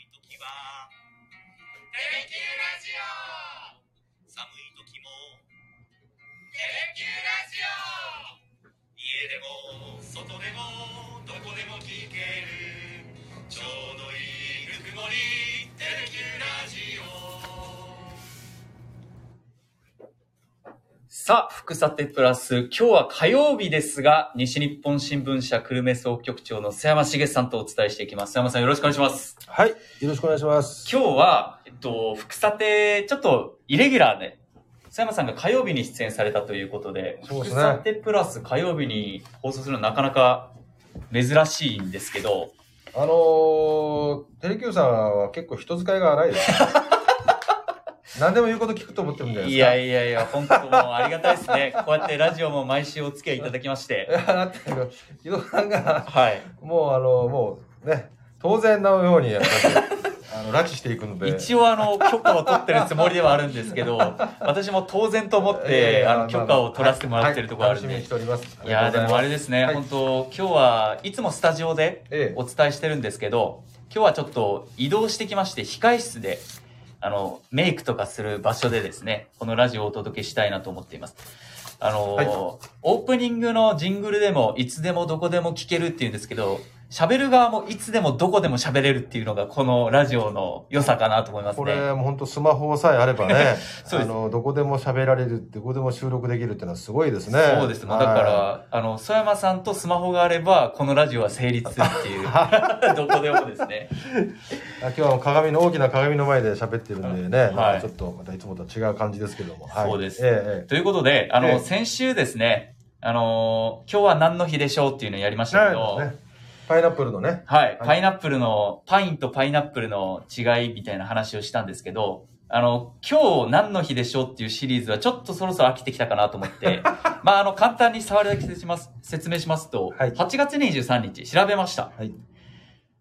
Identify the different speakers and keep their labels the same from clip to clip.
Speaker 1: は
Speaker 2: テレキューラジオ
Speaker 1: 寒い時も
Speaker 2: テレキューラジオ
Speaker 1: 家でも外でもどこでも聞けるちょうどいいぬくもりテレキューラジオ
Speaker 3: さあ、福さてプラス、今日は火曜日ですが、西日本新聞社久留米総局長の瀬山茂さんとお伝えしていきます。瀬山さんよろしくお願いします。
Speaker 4: はい。よろしくお願いします。
Speaker 3: 今日は、えっと、福さて、ちょっとイレギュラーで、瀬山さんが火曜日に出演されたということで、
Speaker 4: そうです
Speaker 3: 福
Speaker 4: ね
Speaker 3: さてプラス火曜日に放送するのはなかなか珍しいんですけど、
Speaker 4: あのー、テレキューさんは結構人使いが荒いです。何でも言うこと聞くと思ってるんじゃない
Speaker 3: い
Speaker 4: ですか。
Speaker 3: やいやいや、本当もうありがたいですね。こうやってラジオも毎週お付き合いいただきまして。
Speaker 4: いや、だって、伊藤さんが、
Speaker 3: はい。
Speaker 4: もうあの、もうね、当然のように、やっぱり、あの、拉致していくので。
Speaker 3: 一応あの許可を取ってるつもりではあるんですけ ど私も当然と思っ
Speaker 4: いやいやい
Speaker 3: て
Speaker 4: や
Speaker 3: あの許可を取らせてもらってるところあるん
Speaker 4: は
Speaker 3: で
Speaker 4: い楽しみにしております。
Speaker 3: いやーでもあれ
Speaker 4: で
Speaker 3: ですね、
Speaker 4: はい
Speaker 3: 本当今日はいつもスタジオで
Speaker 4: ええ
Speaker 3: お伝えしてるんですけど今日はちょっと移動してきまして控室であのメイクとかする場所でですねこのラジオをお届けしたいなと思っていますあのー
Speaker 4: はい
Speaker 3: オープニングのジングルでもいつでもどこでも聞けるっていうんですけど喋る側もいつでもどこでも喋れるっていうのがこのラジオの良さかなと思います
Speaker 4: こ
Speaker 3: ね、
Speaker 4: れ、もう本当スマホさえあればね
Speaker 3: そうです
Speaker 4: あの、どこでも喋られる、どこでも収録できるっていうのはすごいですね。
Speaker 3: そうですね。もうだから、
Speaker 4: は
Speaker 3: あの、曽山さんとスマホがあれば、このラジオは成立するって いう、どこでもですね。
Speaker 4: い、あ今日はもう鏡の、大きな鏡の前で喋ってるんでね、
Speaker 3: い
Speaker 4: まあちょっとまたいつもとは違う感じですけども。はい
Speaker 3: そうです
Speaker 4: ええええ
Speaker 3: ということで、あの、
Speaker 4: ええ
Speaker 3: 先週ですね、あのー今日は何の日でしょうっていうのをやりましたけど、
Speaker 4: ね、パイナップルのね。
Speaker 3: はい、パイナップルの、パインとパイナップルの違いみたいな話をしたんですけど、あの、今日何の日でしょうっていうシリーズはちょっとそろそろ飽きてきたかなと思 って、まあ、あの、簡単に触りだけします説明しますと、
Speaker 4: はい
Speaker 3: 8月23日調べました。
Speaker 4: はい。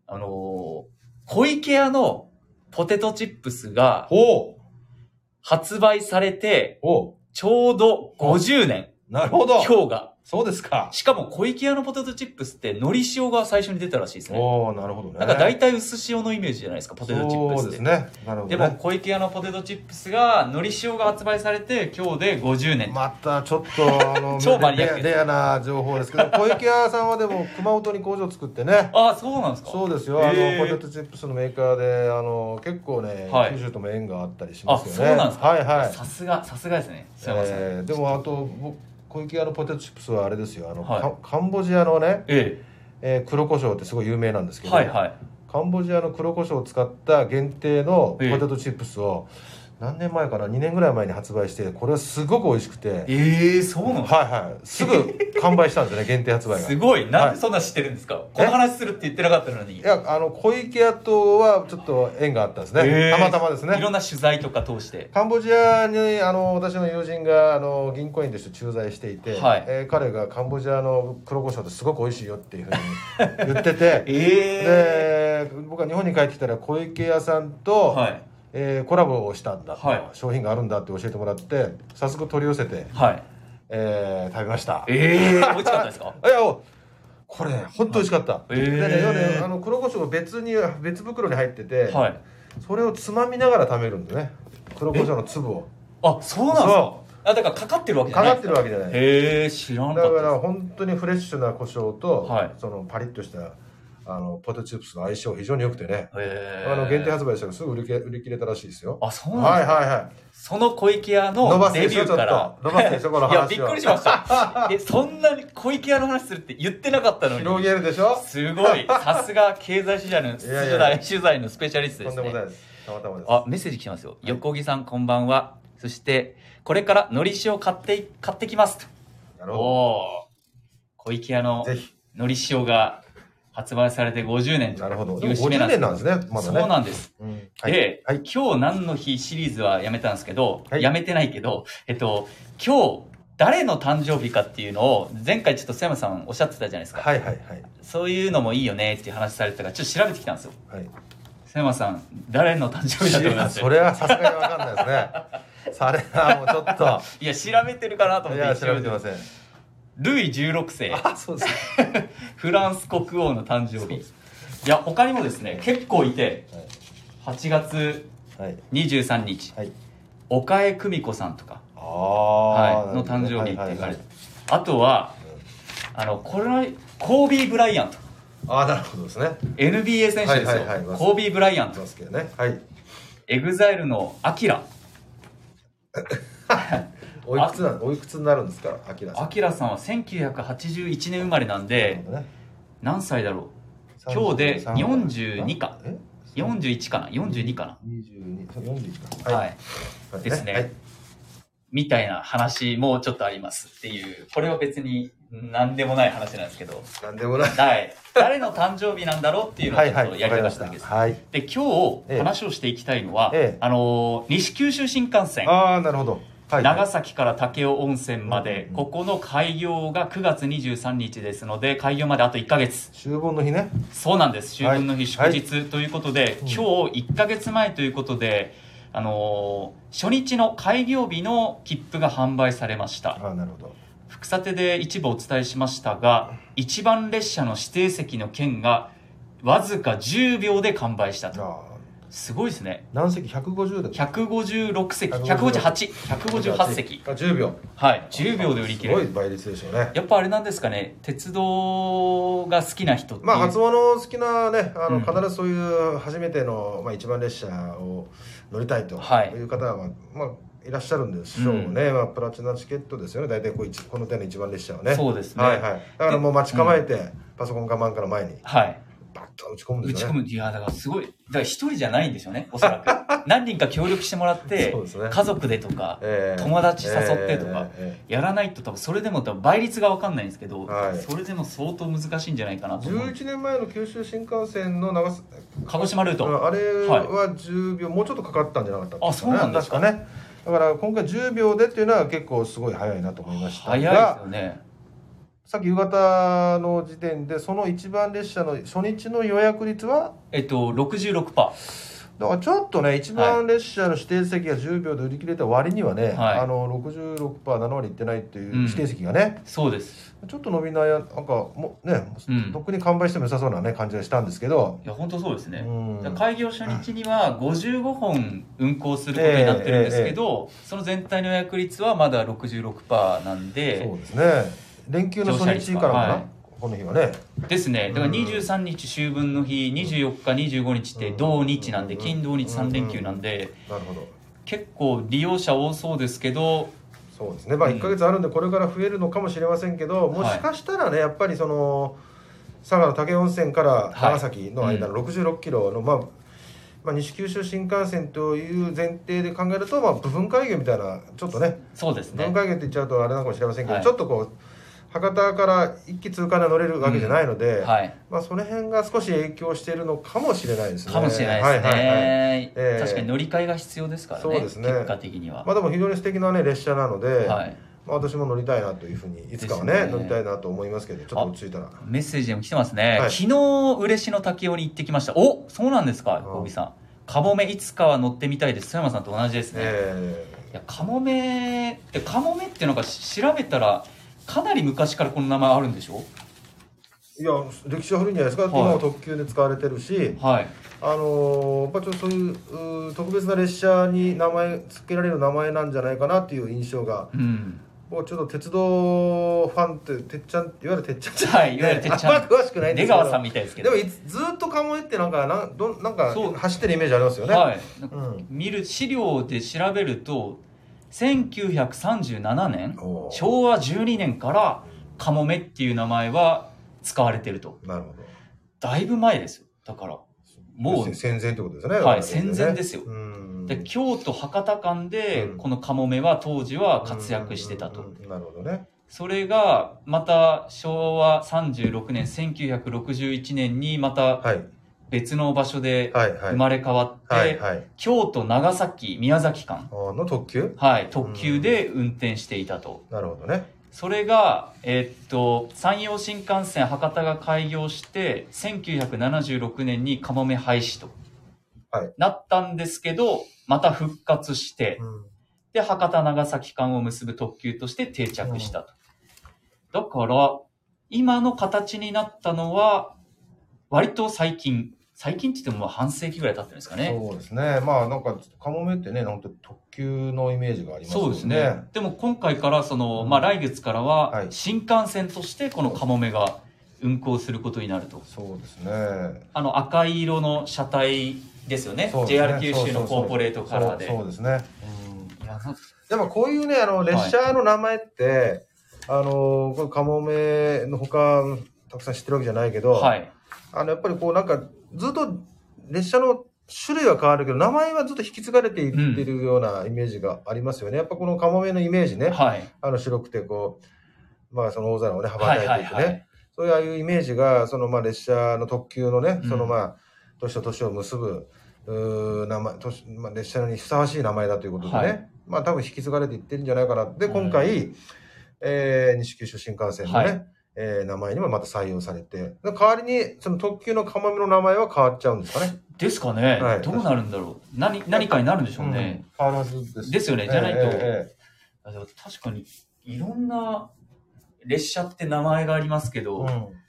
Speaker 3: あのー小池屋のポテトチップスが
Speaker 4: ほう
Speaker 3: 発売されて、
Speaker 4: ほ
Speaker 3: ちょうど50年。
Speaker 4: うなるほど
Speaker 3: 今日が。
Speaker 4: そうですか。
Speaker 3: しかも小池屋のポテトチップスって、海苔塩が最初に出たらしいですね。
Speaker 4: おおなるほどね。
Speaker 3: なんか大体薄塩のイメージじゃないですか、ポテトチップス
Speaker 4: そう
Speaker 3: って。
Speaker 4: ですね。なるほ
Speaker 3: で
Speaker 4: ど
Speaker 3: も
Speaker 4: ね。
Speaker 3: 小池屋のポテトチップスが、海苔塩が発売されて、今日で50年。
Speaker 4: またちょっと、あの
Speaker 3: 超マニアックです
Speaker 4: レアレアな情報です けど、小池屋さんはでも熊本に工場作ってね。
Speaker 3: ああ、そうなんですか
Speaker 4: そうですよ。あ
Speaker 3: へー
Speaker 4: の、ポテトチップスのメーカーで、あの、結構ね、
Speaker 3: はい
Speaker 4: 九州とも縁があったりしますよね。
Speaker 3: あそうなんですか
Speaker 4: はいはい。
Speaker 3: さすが、さすがですね。すいません。え
Speaker 4: えーでもあと、僕小池屋のポテトチップスはあれですよ。あの、
Speaker 3: はい
Speaker 4: カンカンボジアのね、
Speaker 3: え
Speaker 4: えー黒胡椒ってすごい有名なんですけど、
Speaker 3: はいはい。
Speaker 4: カンボジアの黒胡椒を使った限定のポ
Speaker 3: ええ
Speaker 4: テトチップスを何年前かな2年ぐらい前に発売してこれはすごく美味しくて
Speaker 3: ええそう
Speaker 4: は
Speaker 3: ないんですか
Speaker 4: はいすぐ完売したんです よね限定発売が
Speaker 3: す
Speaker 4: い
Speaker 3: ごい。なんでそんな知ってるんですか、この話するって言ってなかったのに。
Speaker 4: やあの小池屋とはちょっと縁があったんですね、
Speaker 3: えー
Speaker 4: たまたまですね
Speaker 3: いろんな取材とか通して。
Speaker 4: カンボジアにあの私の友人があの銀行員として駐在していて、
Speaker 3: はい
Speaker 4: えー彼がカンボジアの黒胡椒ってすごく美味しいよっていうふう に言ってて
Speaker 3: ええ
Speaker 4: で僕は日本に帰ってきたら小池屋さんと、
Speaker 3: はい。
Speaker 4: えーコラボをしたんだと、
Speaker 3: はい
Speaker 4: 商品があるんだって教えてもらって早速取り寄せて、
Speaker 3: はい。
Speaker 4: えー食べましたい
Speaker 3: ええ美味しかったですか
Speaker 4: やおこれ本当美味しかった、
Speaker 3: はいへー
Speaker 4: でね要はねあの黒胡椒が別に別袋に入ってて、
Speaker 3: はい。
Speaker 4: それをつまみながら食べるんだね黒胡椒の粒を
Speaker 3: あ、そうなんですか
Speaker 4: そ
Speaker 3: あ、だからかかってるわけ
Speaker 4: う
Speaker 3: じゃ
Speaker 4: か
Speaker 3: ない
Speaker 4: か
Speaker 3: です
Speaker 4: って
Speaker 3: か
Speaker 4: るわけじゃない
Speaker 3: へえ知らん
Speaker 4: だ
Speaker 3: か
Speaker 4: か
Speaker 3: っ
Speaker 4: ら本当にフレッシュな胡椒と、
Speaker 3: はい
Speaker 4: そのパリッとしたあのポテトチップスの相性非常に良くてね
Speaker 3: たです。へえ
Speaker 4: あの限定発売したらすぐ売り切れ売り切れたらしいですよ
Speaker 3: あ、そうなん
Speaker 4: は
Speaker 3: で
Speaker 4: い
Speaker 3: すか
Speaker 4: はいはい
Speaker 3: その小池屋
Speaker 4: 伸ば
Speaker 3: の
Speaker 4: して
Speaker 3: デ
Speaker 4: で
Speaker 3: ビ
Speaker 4: しょ
Speaker 3: ュ
Speaker 4: ち
Speaker 3: ー
Speaker 4: ょ
Speaker 3: か
Speaker 4: っ
Speaker 3: ら。
Speaker 4: と伸ばしてでしょこ の
Speaker 3: い
Speaker 4: 話を
Speaker 3: や、びっくりしま した。え、そんなに小池屋の話するって言ってなかったの
Speaker 4: 広
Speaker 3: に。
Speaker 4: げるでしょ
Speaker 3: すご い。さすが経済取材の、取
Speaker 4: いやいや
Speaker 3: 材取材のスペシャリスト
Speaker 4: と
Speaker 3: です
Speaker 4: んでも
Speaker 3: ね
Speaker 4: な。いですたまたまです
Speaker 3: あ、メッセージ来てますよ。横木さん、こんばんは。そして、これから、のり塩買ってい、買ってきますと。
Speaker 4: なる
Speaker 3: お
Speaker 4: ほ
Speaker 3: おー。小池屋の
Speaker 4: どぜひ
Speaker 3: のり塩が発売されて50年
Speaker 4: なるほど
Speaker 3: と
Speaker 4: で
Speaker 3: い
Speaker 4: も
Speaker 3: う節目な
Speaker 4: 50
Speaker 3: んで
Speaker 4: 年
Speaker 3: す。
Speaker 4: なんですねまだね
Speaker 3: そうなんです。
Speaker 4: うんはい
Speaker 3: で、
Speaker 4: はい
Speaker 3: 今日何の日シリーズはやめたんですけど、
Speaker 4: はい
Speaker 3: やめてないけど、えっと、今日、誰の誕生日かっていうのを、前回ちょっと瀬山さんおっしゃってたじゃないですか。
Speaker 4: はいはいはい
Speaker 3: そういうのもいいよねっていう話されてたから、ちょっと調べてきたんですよ。
Speaker 4: はい
Speaker 3: 瀬山さん、誰の誕生日だと思います
Speaker 4: それはさすがにわかんな いですねそれはもうちょっと
Speaker 3: いや、調べてるかなと思
Speaker 4: い
Speaker 3: っ
Speaker 4: や
Speaker 3: て
Speaker 4: 調べてません
Speaker 3: ルイ16世、
Speaker 4: あそうです
Speaker 3: フランス国王の誕生日。いや、他にもですね、結構いて、 8月
Speaker 4: はい。
Speaker 3: 23日、
Speaker 4: はい
Speaker 3: 岡江久美子さんとか、
Speaker 4: あ
Speaker 3: は
Speaker 4: あ
Speaker 3: い、の誕生日って書か
Speaker 4: は
Speaker 3: れ
Speaker 4: い
Speaker 3: てあとはあのこれのコービー・ブライアント
Speaker 4: ああ、なるほどですね。
Speaker 3: NBA 選手ですよ、
Speaker 4: はいはいはい
Speaker 3: コービー・ブライアン
Speaker 4: あり
Speaker 3: ト
Speaker 4: ますけどね。はい。
Speaker 3: エグザイルのアキラ
Speaker 4: おいくつな、おいくつになるんですか、アキラさん。
Speaker 3: アキラさんは1981年生まれなん
Speaker 4: なる
Speaker 3: で
Speaker 4: ほどね
Speaker 3: 何歳だろう今日で42か。
Speaker 4: え
Speaker 3: 41かな42か
Speaker 4: 22 41
Speaker 3: な
Speaker 4: か。
Speaker 3: はい、
Speaker 4: はい
Speaker 3: ですね
Speaker 4: はい
Speaker 3: みたいな話もちょっとありますっていうこれは別に何でもない話なんですけど
Speaker 4: なんでもない。
Speaker 3: はい誰の誕生日なんだろうっていうのを
Speaker 4: は
Speaker 3: ちょ
Speaker 4: いは
Speaker 3: っと
Speaker 4: い。
Speaker 3: や
Speaker 4: わ
Speaker 3: りたか
Speaker 4: かりま
Speaker 3: っ
Speaker 4: したた。
Speaker 3: んです
Speaker 4: はい。
Speaker 3: で今日
Speaker 4: ええ
Speaker 3: 話をしていきたいのは、
Speaker 4: ええ
Speaker 3: あのー西九州新幹線、
Speaker 4: ああ、なるほど。はい。
Speaker 3: 長崎から武雄温泉まで、
Speaker 4: うん
Speaker 3: ここの開業が9月23日ですので開業まであと1ヶ月
Speaker 4: 秋分の日ね。
Speaker 3: そうなんです秋分の日祝
Speaker 4: はい
Speaker 3: 日ということで、
Speaker 4: うん
Speaker 3: 今日1ヶ月前ということで、あのー初日の開業日の切符が販売されました
Speaker 4: ああ、なるほど。
Speaker 3: 副査定で一部お伝えしましたが一番列車の指定席の券がわずか10秒で完売したと
Speaker 4: ああ、
Speaker 3: すごいですね
Speaker 4: 何席150だっけ
Speaker 3: 156席
Speaker 4: 158
Speaker 3: 158158席
Speaker 4: あ10秒
Speaker 3: はい10秒で売り切れ
Speaker 4: す
Speaker 3: る
Speaker 4: ごい倍率でしょうね
Speaker 3: やっぱあれなんですかね鉄道が好きな人っていう
Speaker 4: まあ初物好きなねあ
Speaker 3: うん
Speaker 4: の必ずそういう初めての、まあ、一番列車を乗りたいと
Speaker 3: はい
Speaker 4: いう方は、まあまあ、いらっしゃるんでしょうね、まあ、プラチナチケットですよね大体こう一この手の一番列車はね
Speaker 3: そうですね
Speaker 4: はいはい、だからもう待ち構えて、パソコン我慢から前に
Speaker 3: はい
Speaker 4: バッと打ち込むん
Speaker 3: 打
Speaker 4: です
Speaker 3: ち
Speaker 4: よ
Speaker 3: 込
Speaker 4: ね
Speaker 3: むいやだからすごいだから一人じゃないんでしょうねおそら く何人か協力してもらって
Speaker 4: そうですね
Speaker 3: 家族でとか
Speaker 4: ええ
Speaker 3: 友達誘ってとか
Speaker 4: えええ
Speaker 3: やらないと多分それでも多分倍率が分かんないんですけど、
Speaker 4: はい
Speaker 3: それでも相当難しいんじゃないかな
Speaker 4: え
Speaker 3: と思う
Speaker 4: 11年前の九州新幹線の長さ
Speaker 3: 鹿児島ルート、
Speaker 4: うんあれ
Speaker 3: は
Speaker 4: は10秒、もうちょっとかかったんじゃなかった
Speaker 3: あそうなんですか
Speaker 4: 確かねだから今回10秒でっていうのは結構すごい早いなと思いました
Speaker 3: 早いですよ
Speaker 4: が
Speaker 3: ね
Speaker 4: さっき夕方の時点でその一番列車の初日の予約率は
Speaker 3: えっと66%パー
Speaker 4: だからちょっとね一番列車の指定席が10秒で売り切れた割にはね、
Speaker 3: はい
Speaker 4: あの 66%7 割いってないっていうん指定席がね、
Speaker 3: そうです
Speaker 4: ちょっと伸び悩なんかもうね、
Speaker 3: うん
Speaker 4: とっくに完売しても良さそうな、ね、感じがしたんですけど、
Speaker 3: いや本当そうですね、
Speaker 4: うん
Speaker 3: だから開業初日には55本運行することになってるんですけど、その全体の予約率はまだ66%なん
Speaker 4: そう
Speaker 3: で
Speaker 4: ですね連休の初日からかな、
Speaker 3: はい
Speaker 4: この日はね
Speaker 3: ですねだから
Speaker 4: うん
Speaker 3: 23日秋分の日24日25日って同日なんで
Speaker 4: うん
Speaker 3: 金土日3連休なんで
Speaker 4: なるほど
Speaker 3: 結構利用者多そうですけど
Speaker 4: そうですねまあ
Speaker 3: うん
Speaker 4: 1か月あるんでこれから増えるのかもしれませんけど、もしかしたらねやっぱりその佐賀の武雄温泉から長崎の間の66キロの、まあまあ、西九州新幹線という前提で考えると、まあ、部分開業みたいなちょっとね
Speaker 3: そうです
Speaker 4: 部
Speaker 3: ね
Speaker 4: 分開業って言っちゃうとあれなのかもしれませんけど、
Speaker 3: はい
Speaker 4: ちょっとこう博多から一気通過で乗れるわけじゃないので、
Speaker 3: はい
Speaker 4: まあ、その辺が少し影響しているのかもしれないですね。
Speaker 3: かもしれないですね、
Speaker 4: はいはいはいええ
Speaker 3: 確かに乗り換えが必要ですからね
Speaker 4: そうですね
Speaker 3: 結果的には、
Speaker 4: まあでも非常に素敵なね列車なので、
Speaker 3: はい、
Speaker 4: まあ私も乗りたいなというふうにいつかはね
Speaker 3: ですね
Speaker 4: 乗りたいなと思いますけどちょっと落ち着いたら
Speaker 3: メッセージでも来てますね、
Speaker 4: はい
Speaker 3: 昨日嬉野滝雄に行ってきましたおそうなんですか
Speaker 4: ん
Speaker 3: 小木さんカモメいつかは乗ってみたいです曽山さんと同じですね、
Speaker 4: え
Speaker 3: いやカモメってカモメっていうのがし調べたらかなり昔からこの名前あるんでしょ
Speaker 4: えいや歴史は古いんじゃないですか、
Speaker 3: い
Speaker 4: 今も特急で使われてるし
Speaker 3: はい
Speaker 4: あのーやっぱちょっとそういううー特別な列車に名前付けられる名前なんじゃないかなっていう印象が
Speaker 3: うん
Speaker 4: もうちょっと鉄道ファンっててっちゃんいわゆるてっちゃんじゃな
Speaker 3: はいいわゆるてっちゃん
Speaker 4: あんま詳しくないんで
Speaker 3: 出
Speaker 4: すけど
Speaker 3: 川さんみたいですけ
Speaker 4: で
Speaker 3: ど
Speaker 4: もいつずーっとカモエってなんかなんどんなんか
Speaker 3: そう
Speaker 4: 走ってるイメージありますよね、
Speaker 3: はい
Speaker 4: うん
Speaker 3: 見る資料で調べると1937年
Speaker 4: おー
Speaker 3: 昭和12年からカモメっていう名前は使われてると
Speaker 4: なるほど
Speaker 3: だいぶ前ですよだからもう
Speaker 4: 戦前ってことですね。
Speaker 3: はい戦前ですよ
Speaker 4: うん
Speaker 3: で京都博多間で
Speaker 4: うん
Speaker 3: このカモメは当時は活躍してた
Speaker 4: うん
Speaker 3: と
Speaker 4: うんうんなるほどね。
Speaker 3: それがまた昭和36年1961年にまた
Speaker 4: はい
Speaker 3: 別の場所で
Speaker 4: はいはい
Speaker 3: 生まれ変わっ
Speaker 4: はい
Speaker 3: て
Speaker 4: はい。
Speaker 3: 京都長崎宮崎間
Speaker 4: あの特急。
Speaker 3: はい特急で運転していたと
Speaker 4: なるほどね。
Speaker 3: それが、えーっと山陽新幹線博多が開業して1976年にかもめ廃止と、
Speaker 4: はい
Speaker 3: なったんですけどまた復活して
Speaker 4: うん
Speaker 3: で博多長崎間を結ぶ特急として定着したと、だから今の形になったのは割と最近最近って言ってももう半世紀ぐらい経ってるんですかね。
Speaker 4: そうですね。まあなんかカモメってね、本当特急のイメージがありますも
Speaker 3: そ
Speaker 4: ん
Speaker 3: うですね。でも今回から、その、
Speaker 4: うん
Speaker 3: まあ来月から
Speaker 4: は、
Speaker 3: はい新幹線としてこのカモメが運行することになると。
Speaker 4: そうですね。
Speaker 3: あの赤い色の車体ですよね。
Speaker 4: そうですね
Speaker 3: JR 九州のコーポレートカラーで。
Speaker 4: そうそうそうそうですね。
Speaker 3: いやなん
Speaker 4: でもこういうね、あの、列車の名前って、あの、これカモメのほか、たくさん知ってるわけじゃないけど、
Speaker 3: はい。
Speaker 4: あの、やっぱりこうなんか、ずっと列車の種類は変わるけど、名前はずっと引き継がれていってるようなイメージがありますよね。やっぱこのカモメのイメージね、
Speaker 3: はい。
Speaker 4: あの白くてこう、まあその大空をね、羽ば
Speaker 3: は
Speaker 4: た
Speaker 3: いはい
Speaker 4: て
Speaker 3: い
Speaker 4: いくね。
Speaker 3: はい。
Speaker 4: そういうああいうイメージが、そのまあ列車の特急のね、
Speaker 3: うん
Speaker 4: そのまあ、年と年を結ぶ、うー名前、年まあ、列車にふさわしい名前だということでね、
Speaker 3: はい
Speaker 4: まあ多分引き継がれていってるんじゃないかな。で、
Speaker 3: うん
Speaker 4: 今回、えー西九州新幹線のね、
Speaker 3: はい
Speaker 4: えー名前にもまた採用されて、で代わりに、その特急のかまめの名前は変わっちゃうんですかね。
Speaker 3: ですかね
Speaker 4: は。い
Speaker 3: どうなるんだろう。何、何かになるんでしょうね。
Speaker 4: うん変わらずです。
Speaker 3: ですよねじゃないと
Speaker 4: ええ
Speaker 3: あでも確かに、いろんな列車って名前がありますけど、
Speaker 4: ええええ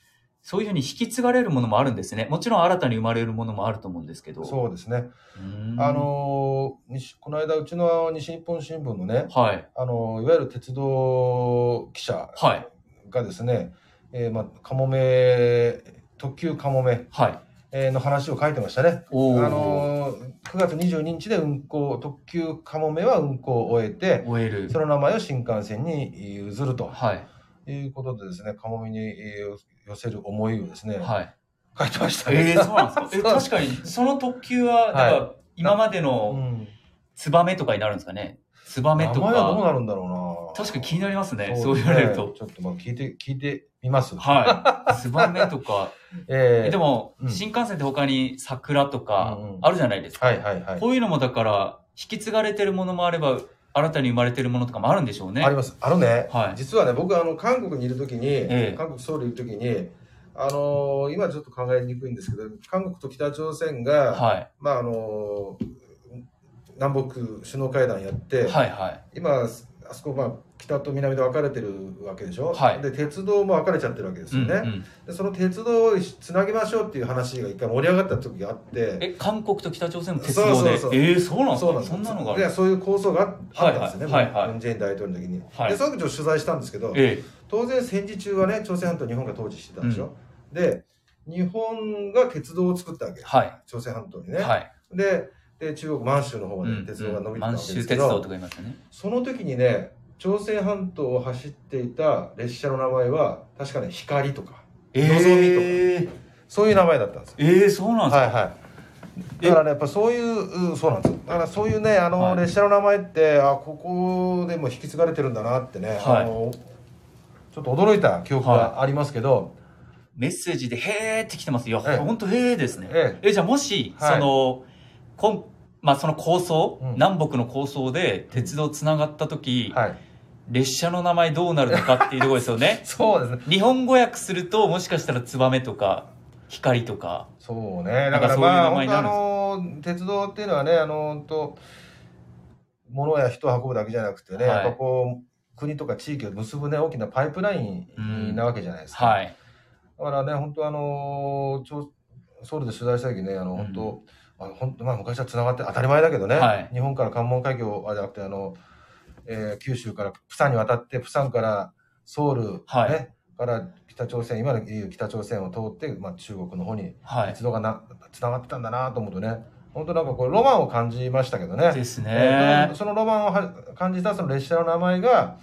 Speaker 3: そういうふうに引き継がれるものもあるんですね。もちろん新たに生まれるものもあると思うんですけ
Speaker 4: う
Speaker 3: ど。
Speaker 4: ん、そうですね。
Speaker 3: うーん
Speaker 4: あ、のー西この間、うちの西日本新聞のね、
Speaker 3: はい。
Speaker 4: あのーいわゆる鉄道記者
Speaker 3: はい。
Speaker 4: がですね、えーまあ、カモメ特急かもめ
Speaker 3: はい。
Speaker 4: えーの話を書いてましたね、あ
Speaker 3: おー
Speaker 4: のー9月22日で運行特急かもめは運行を終えて
Speaker 3: 終える
Speaker 4: そ。の名前を新幹線に譲ると
Speaker 3: はい。
Speaker 4: いうことでですねかもめにえー寄せる思いをですね、
Speaker 3: はい。
Speaker 4: 書いてました
Speaker 3: え
Speaker 4: ね。
Speaker 3: えそうなんですか。え、確かに、その特急は、だから、今まで
Speaker 4: う
Speaker 3: の
Speaker 4: ん
Speaker 3: ツバメとかになるんですかね。ツバメ
Speaker 4: 名
Speaker 3: と
Speaker 4: 前はどう
Speaker 3: か。
Speaker 4: なるんだろうな
Speaker 3: 確かに気になりますね。
Speaker 4: です
Speaker 3: そう言われると。
Speaker 4: ちょっとまあ聞いて聞いてみます、
Speaker 3: はい。ツバメとか。
Speaker 4: えー
Speaker 3: えでも、
Speaker 4: うん
Speaker 3: 新幹線って他に桜とか
Speaker 4: うんうん
Speaker 3: あるじゃないですか。
Speaker 4: はいはいはい
Speaker 3: こういうのもだから、引き継がれてるものもあれば、新たに生まれてるものとかもあるんでしょうね。
Speaker 4: あります。あのね、
Speaker 3: はい
Speaker 4: 実はね、僕あの韓国にいるときに、
Speaker 3: ええ
Speaker 4: 韓国ソウルにいるときに、あのー今ちょっと考えにくいんですけど、韓国と北朝鮮が、
Speaker 3: は
Speaker 4: まああのー南北首脳会談やっ
Speaker 3: い。
Speaker 4: て、
Speaker 3: はいはい。
Speaker 4: 今あそあそこまあ北と南で分かれてるわけでしょ。
Speaker 3: はい
Speaker 4: で鉄道も分かれちゃってるわけですよね。
Speaker 3: うんうん
Speaker 4: でその鉄道をつなぎましょうっていう話が一回盛り上がった時があって。
Speaker 3: え、韓国と北朝鮮の鉄道で。
Speaker 4: そうそうそう
Speaker 3: ええそうなんですかそん
Speaker 4: で
Speaker 3: な
Speaker 4: す
Speaker 3: のがあ
Speaker 4: い
Speaker 3: る
Speaker 4: やそういう構想がああったんですよね、
Speaker 3: はいはいはいはい
Speaker 4: ムン・ジェイン大統領の時に、
Speaker 3: はい
Speaker 4: でその時ちょっと取材したんですけど、
Speaker 3: え
Speaker 4: 当然戦時中はね朝鮮半島日本が統治してたでしょ、で日本が鉄道を作ったわけ
Speaker 3: えはい。
Speaker 4: 朝鮮半島にね、
Speaker 3: はい。
Speaker 4: でで中国満州の方まで鉄道が伸びてたわ
Speaker 3: 満
Speaker 4: けで
Speaker 3: 州
Speaker 4: すけ
Speaker 3: 鉄
Speaker 4: ど、
Speaker 3: 道とか言いますよね。
Speaker 4: その時にね朝鮮半島を走っていた列車の名前は確かね光とか
Speaker 3: え
Speaker 4: え
Speaker 3: え
Speaker 4: そういう名前だったんですよ
Speaker 3: ええそうなんです
Speaker 4: は
Speaker 3: か、
Speaker 4: いはいだからねやっぱそういううんそうなんですよだからそういうねあ
Speaker 3: は
Speaker 4: の
Speaker 3: い
Speaker 4: 列車の名前って、あここでも引き継がれてるんだなってね、
Speaker 3: はい
Speaker 4: あのちょっと驚いた記憶がありますけど、
Speaker 3: メッセージで「へーって来てますよ
Speaker 4: ええ
Speaker 3: 本当へーですね
Speaker 4: え
Speaker 3: えじゃあもし、
Speaker 4: はい
Speaker 3: そのこんまあその構想、
Speaker 4: うん
Speaker 3: 南北の構想で鉄道つながった時、
Speaker 4: はい、
Speaker 3: 列車の名前どうなるのかっていうところですよ ね
Speaker 4: そうですね
Speaker 3: 日本語訳するともしかしたら「ツバメ」とか「光」とか
Speaker 4: そう
Speaker 3: な
Speaker 4: ねだ
Speaker 3: んか
Speaker 4: か
Speaker 3: そ
Speaker 4: ら
Speaker 3: ういう
Speaker 4: まあ
Speaker 3: 名前
Speaker 4: 本
Speaker 3: に
Speaker 4: 当
Speaker 3: な
Speaker 4: あ
Speaker 3: るんです
Speaker 4: の鉄道っていうのはねあの本当物や人を運ぶだけじゃなくて
Speaker 3: は
Speaker 4: ね、
Speaker 3: い
Speaker 4: やっぱこう国とか地域を結ぶね大きなパイプラインなわけじゃないですか、
Speaker 3: はい
Speaker 4: だからね、本当あのちょソウルで取材した時ね、あの、
Speaker 3: うん
Speaker 4: 本当、あの本当まあ昔は繋がって当たり前だけどね、
Speaker 3: はい
Speaker 4: 日本から関門海峡あじゃなくてあの、えー九州からプサンに渡ってプサンからソウル、ね
Speaker 3: はい
Speaker 4: から北朝鮮今の EU 北朝鮮を通って、まあ、中国の方に
Speaker 3: はい
Speaker 4: 鉄道がな繋がってたんだなと思うとね本当なんかこうロマンを感じましたけどね。
Speaker 3: ですね
Speaker 4: えーそのロマンをは感じたその列車の名前が、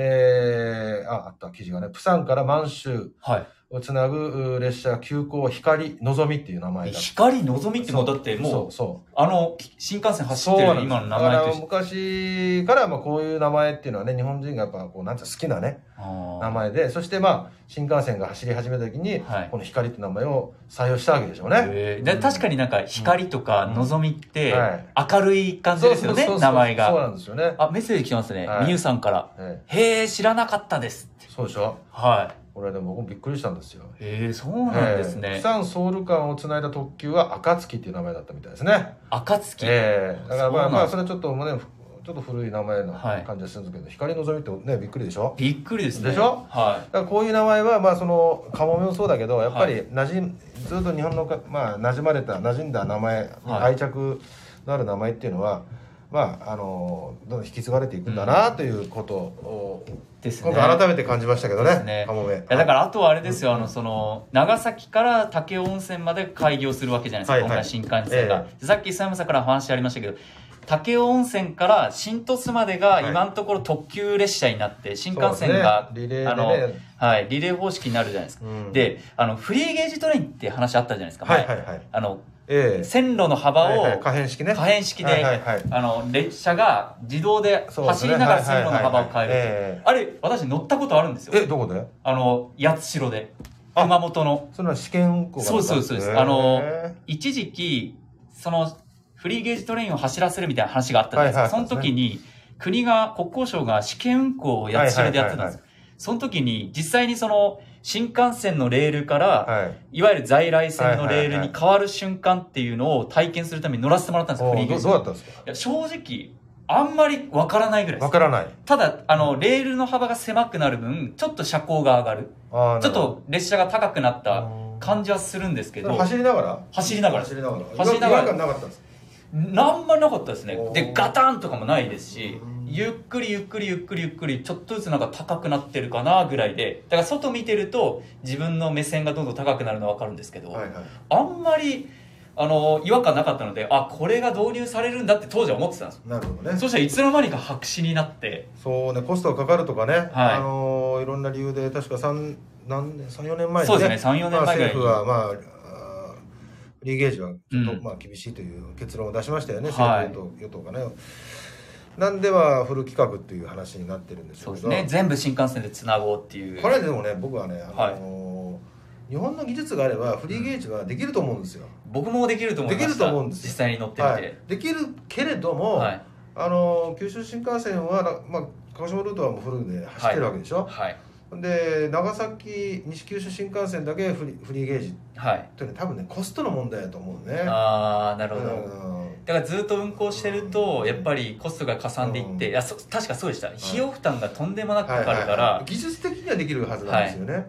Speaker 4: えーああった記事がねプサンから満州
Speaker 3: は
Speaker 4: をつなぐう列車急行は光のぞみっていう名前
Speaker 3: い
Speaker 4: だ
Speaker 3: 光のぞみってもうだってもう
Speaker 4: そうそう
Speaker 3: あの新幹線走っ
Speaker 4: そう
Speaker 3: て
Speaker 4: なん
Speaker 3: る
Speaker 4: です
Speaker 3: 今の名
Speaker 4: だ
Speaker 3: 前
Speaker 4: か
Speaker 3: と
Speaker 4: ら
Speaker 3: して
Speaker 4: 昔からまあこういう名前っていうのはね日本人がやっぱこうなんていうの好きなね名
Speaker 3: 名
Speaker 4: 前でそしてまあ新幹線が走り始めた時に、
Speaker 3: はい
Speaker 4: この光って名前を採用したわけでしょうね、
Speaker 3: えーで確かになんか光とかのぞみって
Speaker 4: はい
Speaker 3: 明るい感じですよね名前
Speaker 4: そう
Speaker 3: が
Speaker 4: なんですよね、
Speaker 3: あメッセージ来てますね
Speaker 4: はい
Speaker 3: みゆさんから
Speaker 4: え
Speaker 3: 「へえ知らなかったです」って
Speaker 4: えそうでしょ
Speaker 3: は
Speaker 4: これでも僕もびっくりしたんですよ
Speaker 3: いえーそうなんです
Speaker 4: ええ
Speaker 3: ね
Speaker 4: 釜山ソウル間をつないだ特急は暁っていう名前だったみたいですね。
Speaker 3: 暁
Speaker 4: ええだからま
Speaker 3: そうな
Speaker 4: あ
Speaker 3: んだ
Speaker 4: まあそれはちょっともうねふちょっと古い名前の
Speaker 3: はい
Speaker 4: 感じがするんですけど、光のぞみってねびっくりでしょ
Speaker 3: びっくりですね
Speaker 4: でしょ
Speaker 3: は
Speaker 4: だからこういう名前はまあそのカモメもそうだけどやっぱり馴染んずっと日本のかまあ馴染まれた馴染んだ名前、
Speaker 3: はい
Speaker 4: 愛着のある名前っていうのはまああのどんどん引き継がれていくんだなということを、
Speaker 3: いですね
Speaker 4: 今回改めて感じましたけど
Speaker 3: で
Speaker 4: ね
Speaker 3: すね
Speaker 4: カモメ
Speaker 3: いやだからあとはあれですよ、あのその長崎から武雄温泉まで開業するわけじゃないですか、
Speaker 4: はいはい
Speaker 3: 今回新幹線が
Speaker 4: え、
Speaker 3: さっき磯山さんから話ありましたけど武雄温泉から新鳥栖までが
Speaker 4: い
Speaker 3: 今のところ特急列車になって新幹線
Speaker 4: そ
Speaker 3: が、
Speaker 4: うですねリレーでね
Speaker 3: あのはい、リレー方式になるじゃないですか、
Speaker 4: うん
Speaker 3: であのフリーゲージトレインって話あったじゃないですか、
Speaker 4: はい
Speaker 3: 前
Speaker 4: はいはい
Speaker 3: あの
Speaker 4: ええ
Speaker 3: 線路の幅を、
Speaker 4: はいはい可変式ね
Speaker 3: 可変式で、
Speaker 4: はいはいはい
Speaker 3: あの列車が自動で
Speaker 4: そうで
Speaker 3: 走
Speaker 4: すね
Speaker 3: りながら線路の幅を変
Speaker 4: はいはいはい
Speaker 3: え
Speaker 4: え
Speaker 3: る
Speaker 4: え
Speaker 3: あれ私乗ったことあるんですよ
Speaker 4: えどこで
Speaker 3: あの八代で熊本の
Speaker 4: それは試験校
Speaker 3: そうそうそうですあの一時期そのフリーゲージトレインを走らせるみたいな話があったじゃないですか、
Speaker 4: はいはい
Speaker 3: その時に国が国交省が試験運行を八代でやってたん
Speaker 4: はいは
Speaker 3: です
Speaker 4: いはいは
Speaker 3: よその時に実際にその新幹線のレールから、
Speaker 4: はい
Speaker 3: いわゆる在来線のレール
Speaker 4: はいはい
Speaker 3: に
Speaker 4: は
Speaker 3: 変わる瞬間っていうのを体験するために乗らせてもらったんですよ、
Speaker 4: お
Speaker 3: フリ
Speaker 4: ー
Speaker 3: ーゲー
Speaker 4: ど
Speaker 3: ジ
Speaker 4: どうだったんですか
Speaker 3: いや正直あんまりわからないぐらいで
Speaker 4: わ
Speaker 3: す
Speaker 4: からない
Speaker 3: ただあのレールの幅が狭くなる分ちょっと車高が上がる
Speaker 4: あー
Speaker 3: ちょっ
Speaker 4: なるほ
Speaker 3: と列車が高くなった
Speaker 4: ど
Speaker 3: 感じはするんですけ
Speaker 4: それ
Speaker 3: ど
Speaker 4: 走りながら
Speaker 3: 走りながら
Speaker 4: 走りながら
Speaker 3: 走りながら
Speaker 4: 違和感なかったんです
Speaker 3: なんまなかったですね
Speaker 4: おー
Speaker 3: でガタンとかもないですし
Speaker 4: うん
Speaker 3: ゆっくりゆっくりゆっくりゆっくりちょっとずつなんか高くなってるかなぐらいでだから外見てると自分の目線がどんどん高くなるのは分かるんですけど、
Speaker 4: はいはい
Speaker 3: あんまりあの違和感なかったのであこれが導入されるんだって当時は思ってたんですよ
Speaker 4: なるほどね
Speaker 3: そしたらいつの間にか白紙になって
Speaker 4: そうねコストがかかるとかね、あのーいろんな理由で確か三何年34年前に
Speaker 3: そうですね三四年前ぐらいに
Speaker 4: まあ、政府はまああーフリーゲージはちょっと、
Speaker 3: うん
Speaker 4: まあ厳しいという結論を出しましたよね、
Speaker 3: はい
Speaker 4: 政府与党与党がね。なんではフル規格っていう話になってるんですけ
Speaker 3: そ
Speaker 4: ど
Speaker 3: うですね全部新幹線でつなごうっていう
Speaker 4: これでもね僕はね、あのー日本の技術があればフリーゲージはできると思うんですよ。
Speaker 3: 僕もできると思いました
Speaker 4: できると思うんですよ
Speaker 3: 実際に乗ってみて、
Speaker 4: はい、できるけれども、
Speaker 3: はい
Speaker 4: あのー九州新幹線はな、まあ、鹿児島ルートはもうフルで走ってるわけでしょ、
Speaker 3: はい
Speaker 4: で長崎西九州新幹線だけフリフリーゲージ
Speaker 3: はい
Speaker 4: というのは多分ねコストの問題だと思うね
Speaker 3: ああなるほど、
Speaker 4: うん
Speaker 3: だからずっと運行してるとやっぱりコストがかさんでいって、
Speaker 4: うん
Speaker 3: いやそ確かそうでした、費用負担がとんでもなくかかるから、
Speaker 4: はいはいはい技術的にはできるはずなんですよね、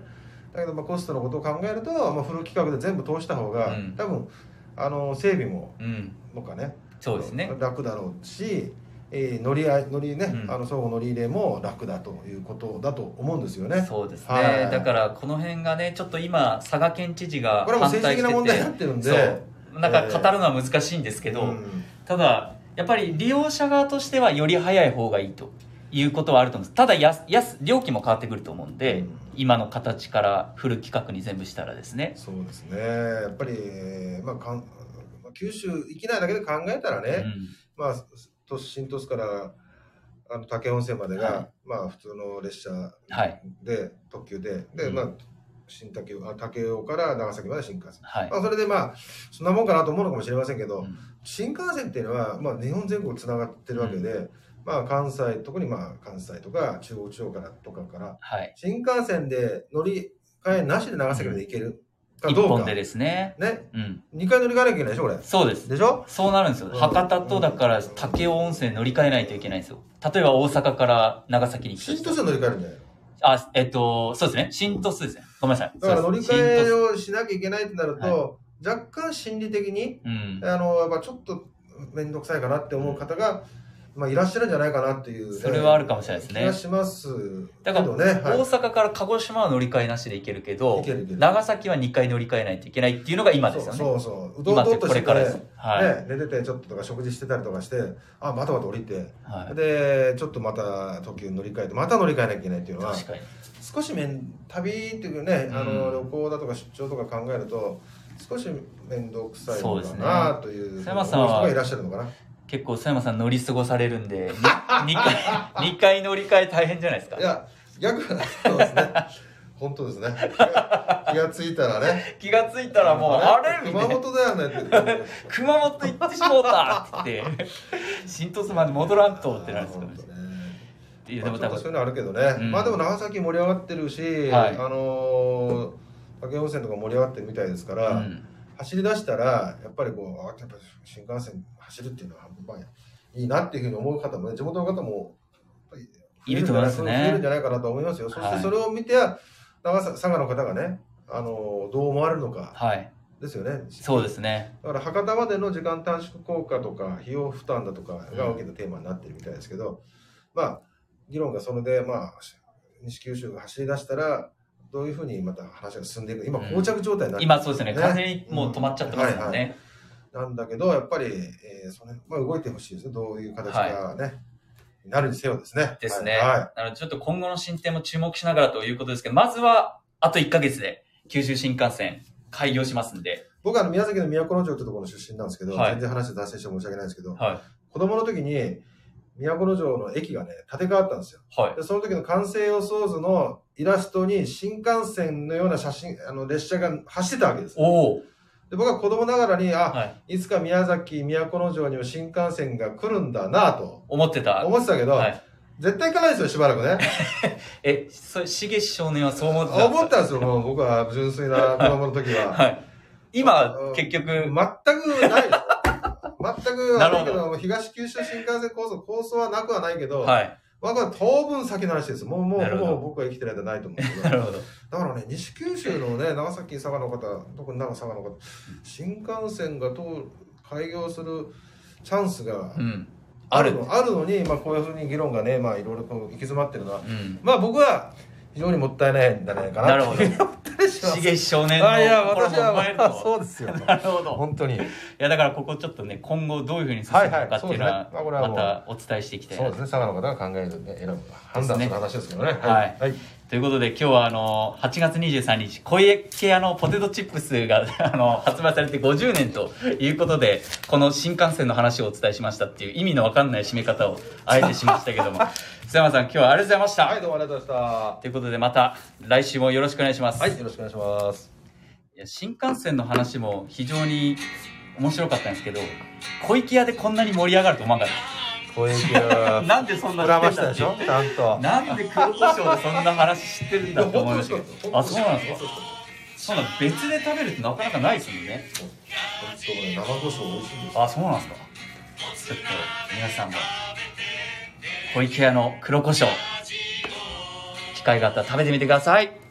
Speaker 4: だけどまあコストのことを考えると、まあ、フル規格で全部通した方が、
Speaker 3: うん
Speaker 4: 多分あの整備も
Speaker 3: うん
Speaker 4: とかね
Speaker 3: そうですね
Speaker 4: 楽だろうし、えー乗り合い乗りね、
Speaker 3: うん
Speaker 4: あの相互乗り入れも楽だということだと思うんですよね
Speaker 3: そうですね、
Speaker 4: はい
Speaker 3: だからこの辺がねちょっと今佐賀県知事が
Speaker 4: これはもう
Speaker 3: 反
Speaker 4: 政
Speaker 3: 対
Speaker 4: 治
Speaker 3: し
Speaker 4: 的
Speaker 3: て
Speaker 4: な
Speaker 3: て
Speaker 4: 問題になってるんで
Speaker 3: そうなんか語るのは難しいんですけど、
Speaker 4: うん
Speaker 3: ただやっぱり利用者側としてはより早い方がいいということはあると思うんですただややす料金も変わってくると思うんで、
Speaker 4: うん
Speaker 3: 今の形からフル規格に全部したらですね
Speaker 4: そうですねやっぱり、まあ、かんまあ九州域内だけで考えたらね、
Speaker 3: うん
Speaker 4: まあ都新都市からあの武雄温泉までが、
Speaker 3: は
Speaker 4: まあ普通の列車
Speaker 3: はい
Speaker 4: で特急でで、
Speaker 3: うん
Speaker 4: まあ新武雄あ武雄から長崎まで新幹線、
Speaker 3: はい、
Speaker 4: まあ、それでまあそんなもんかなと思うのかもしれませんけど、
Speaker 3: うん
Speaker 4: 新幹線っていうのは、まあ、日本全国つながってるわけで、まあ関西特にまあ関西とか中国地方からとかから
Speaker 3: はい
Speaker 4: 新幹線で乗り換えなしで長崎まで行けるか
Speaker 3: 一
Speaker 4: どうか、
Speaker 3: 本でですね
Speaker 4: ね、
Speaker 3: うん
Speaker 4: 2回乗り換えなきゃいけないでしょ、これ。
Speaker 3: そうです
Speaker 4: でしょ
Speaker 3: そうなるんですよ
Speaker 4: うん
Speaker 3: 博多とだから武雄温泉乗り換えないといけないんですよ例えば大阪から長崎に行くと
Speaker 4: 新都市は乗り換えるんじゃないの
Speaker 3: あえっとそうですね新都市ですねごめんなさい
Speaker 4: だから
Speaker 3: そ
Speaker 4: 乗
Speaker 3: う
Speaker 4: り
Speaker 3: です
Speaker 4: 換え
Speaker 3: 新都市
Speaker 4: をしなきゃいけないってなると、若干心理的に、
Speaker 3: うん
Speaker 4: あの、やっぱちょっと面倒くさいかなって思う方が、まあ、いらっしゃるんじゃないかなっていうね、
Speaker 3: それはあるかもしれないですね
Speaker 4: 気がしますけ
Speaker 3: だから
Speaker 4: どね。はい
Speaker 3: 大阪から鹿児島は乗り換えなしで行けるけど
Speaker 4: いけるいける
Speaker 3: 長崎は2回乗り換えないといけないっていうのが今ですよね
Speaker 4: そうそうそう。う
Speaker 3: 今
Speaker 4: ど
Speaker 3: ってい
Speaker 4: んど
Speaker 3: うんこ
Speaker 4: とし
Speaker 3: れ
Speaker 4: て、
Speaker 3: からですはい、
Speaker 4: ね、寝ててちょっととか食事してたりとかして、あ、またまた降りて、
Speaker 3: はい、
Speaker 4: で、ちょっとまた特急乗り換えて、また乗り換えなきゃいけないっていうのは、
Speaker 3: 確かに
Speaker 4: 少し面旅っていうね、あの
Speaker 3: うん
Speaker 4: 旅行だとか出張とか考えると少し面倒くさい
Speaker 3: そう
Speaker 4: の
Speaker 3: です
Speaker 4: か
Speaker 3: ね
Speaker 4: なという
Speaker 3: 狭さは
Speaker 4: 思う人がいらっしゃるのかな。
Speaker 3: 結構佐山さん乗り過ごされるん で 2, 回二回乗り換え大変じゃないですか
Speaker 4: いや逆はそうですね。本当ですね。気が気がついたらね。
Speaker 3: 気がついたらもうあれみた
Speaker 4: 熊
Speaker 3: いな
Speaker 4: 本だよねって。
Speaker 3: 熊本行ってしもうたって言って新鳥栖まで戻らんとってなるんですけど
Speaker 4: 本当ね
Speaker 3: いやで
Speaker 4: ま
Speaker 3: も
Speaker 4: あちょ
Speaker 3: 多
Speaker 4: っとそ
Speaker 3: 分
Speaker 4: ういうのあるけどね、
Speaker 3: うん
Speaker 4: まあでも長崎盛り上がってるし、
Speaker 3: はい
Speaker 4: あのー武雄温泉とか盛り上がってるみたいですから、
Speaker 3: うん
Speaker 4: 走り出したらやっぱりこうあやっぱ新幹線走るっていうのは、まあ、いいなっていうふうに思う方もね、地元の方もやっぱり
Speaker 3: いると思いますね
Speaker 4: 増えるんじゃないかなと思いますよ。そし
Speaker 3: は
Speaker 4: て
Speaker 3: い
Speaker 4: それを見て、長さ佐賀の方がね、あのどう思われるのか
Speaker 3: はい。
Speaker 4: ですよね。
Speaker 3: そうですね。
Speaker 4: だから博多までの時間短縮効果とか費用負担だとかが大きなテーマになってるみたいですけど、まあ議論がそれでまあ西九州が走り出したらどういうふうにまた話が進んでいく今
Speaker 3: うん
Speaker 4: 膠着状態になってる
Speaker 3: 今そうですね。
Speaker 4: ね
Speaker 3: 完全にもう止まっちゃってますもんね。
Speaker 4: なんだけどやっぱり、えーそれまあ、動いてほしいですねどういう形がね、なるにせよですね。
Speaker 3: ですね。
Speaker 4: はいはい
Speaker 3: なので、ちょっと今後の進展も注目しながらということですけど、まずは、あと1ヶ月で、九州新幹線、開業しますんで。
Speaker 4: 僕はあの宮崎の都城ってところの出身なんですけど、
Speaker 3: はい
Speaker 4: 全然話脱線して申し訳ないんですけど、
Speaker 3: は
Speaker 4: 子供の時に都城の駅がね建て替わったんですよ。
Speaker 3: い。はい。
Speaker 4: でその時の完成予想図のイラストに新幹線のような写真あの列車が走ってたわけですで
Speaker 3: おお。
Speaker 4: 僕は子供ながらにあ、
Speaker 3: はい。
Speaker 4: い、つか宮崎都城にも新幹線が来るんだなと
Speaker 3: 思ってた。
Speaker 4: 思ってたけど、
Speaker 3: はい。
Speaker 4: 絶対行かないですよしばらくね
Speaker 3: え、それ、しげし少年はそう思ってたんですか
Speaker 4: 思ったんですよもう僕は純粋な子供の時は
Speaker 3: はい。今
Speaker 4: う、ん
Speaker 3: 結局、
Speaker 4: 全く ないです全く
Speaker 3: な
Speaker 4: あ
Speaker 3: る
Speaker 4: れ
Speaker 3: ほど
Speaker 4: だけど東九州新幹線構想構想はなくはないけど、
Speaker 3: はい。
Speaker 4: 僕は当分先の話ですもうもう
Speaker 3: なるほど
Speaker 4: もう僕は生きてる間ないと思うんです
Speaker 3: な
Speaker 4: けど
Speaker 3: るほど。
Speaker 4: だからね、西九州のね、長崎、佐賀の方、特に長佐賀の方、新幹線が通る、開業するチャンスが
Speaker 3: うん。ある。
Speaker 4: のあるのに、まあ、こういうふうに議論がね、まあ、いろいろこう行き詰まってるのは、
Speaker 3: うん。
Speaker 4: まあ、僕は非常にもったいないんじゃないか
Speaker 3: な
Speaker 4: な
Speaker 3: る
Speaker 4: っ
Speaker 3: ほ
Speaker 4: ていう。
Speaker 3: ど。しげし少年の
Speaker 4: あいや、
Speaker 3: 心
Speaker 4: 私
Speaker 3: も
Speaker 4: は、
Speaker 3: 生まれると。
Speaker 4: まあ そうですよ。
Speaker 3: なるほど。
Speaker 4: 本当に。
Speaker 3: いや、だからここちょっとね、今後どういうふうに進むのかっていうの
Speaker 4: はいはいそうですねまあこれ
Speaker 3: は、
Speaker 4: はも
Speaker 3: ま
Speaker 4: う
Speaker 3: たお伝えしていきたいな
Speaker 4: そう
Speaker 3: と
Speaker 4: ですね、佐賀の方が考えるんで、選ぶ、判断する話ですけどね。
Speaker 3: はい
Speaker 4: はい。
Speaker 3: ということで今日はあの8月23日小池屋のポテトチップスが あの発売されて50年ということでこの新幹線の話をお伝えしましたっていう意味のわかんない締め方をあえてしましたけ ども須山さん今日はありがとうございました、
Speaker 4: はい、どうもありがとうございま
Speaker 3: ということでまた来週もよろしくお願いします、
Speaker 4: した。はい、よろしくお願いします。
Speaker 3: いや新幹線の話も非常に面白かったんですけど小池屋でこんなに盛り上がると思わなかっ
Speaker 4: 小池
Speaker 3: た
Speaker 4: が、
Speaker 3: なんでそんな
Speaker 4: 膨らま
Speaker 3: 知っ
Speaker 4: して
Speaker 3: んだ
Speaker 4: た
Speaker 3: っ
Speaker 4: で
Speaker 3: ていう
Speaker 4: しょちゃんと。
Speaker 3: なんで黒胡椒でそんな話知ってるんだって思いましたけ
Speaker 4: い
Speaker 3: ど。
Speaker 4: や
Speaker 3: あ、
Speaker 4: 本当
Speaker 3: そうなんで
Speaker 4: 本
Speaker 3: す
Speaker 4: 当
Speaker 3: か。そうなん別で食べるってなかなかないですもんね。
Speaker 4: 本当ね、生胡椒美味しいんですよ。
Speaker 3: あ、そうなんですか。ちょっと皆さんも小池屋の黒胡椒機会があったら食べてみてください。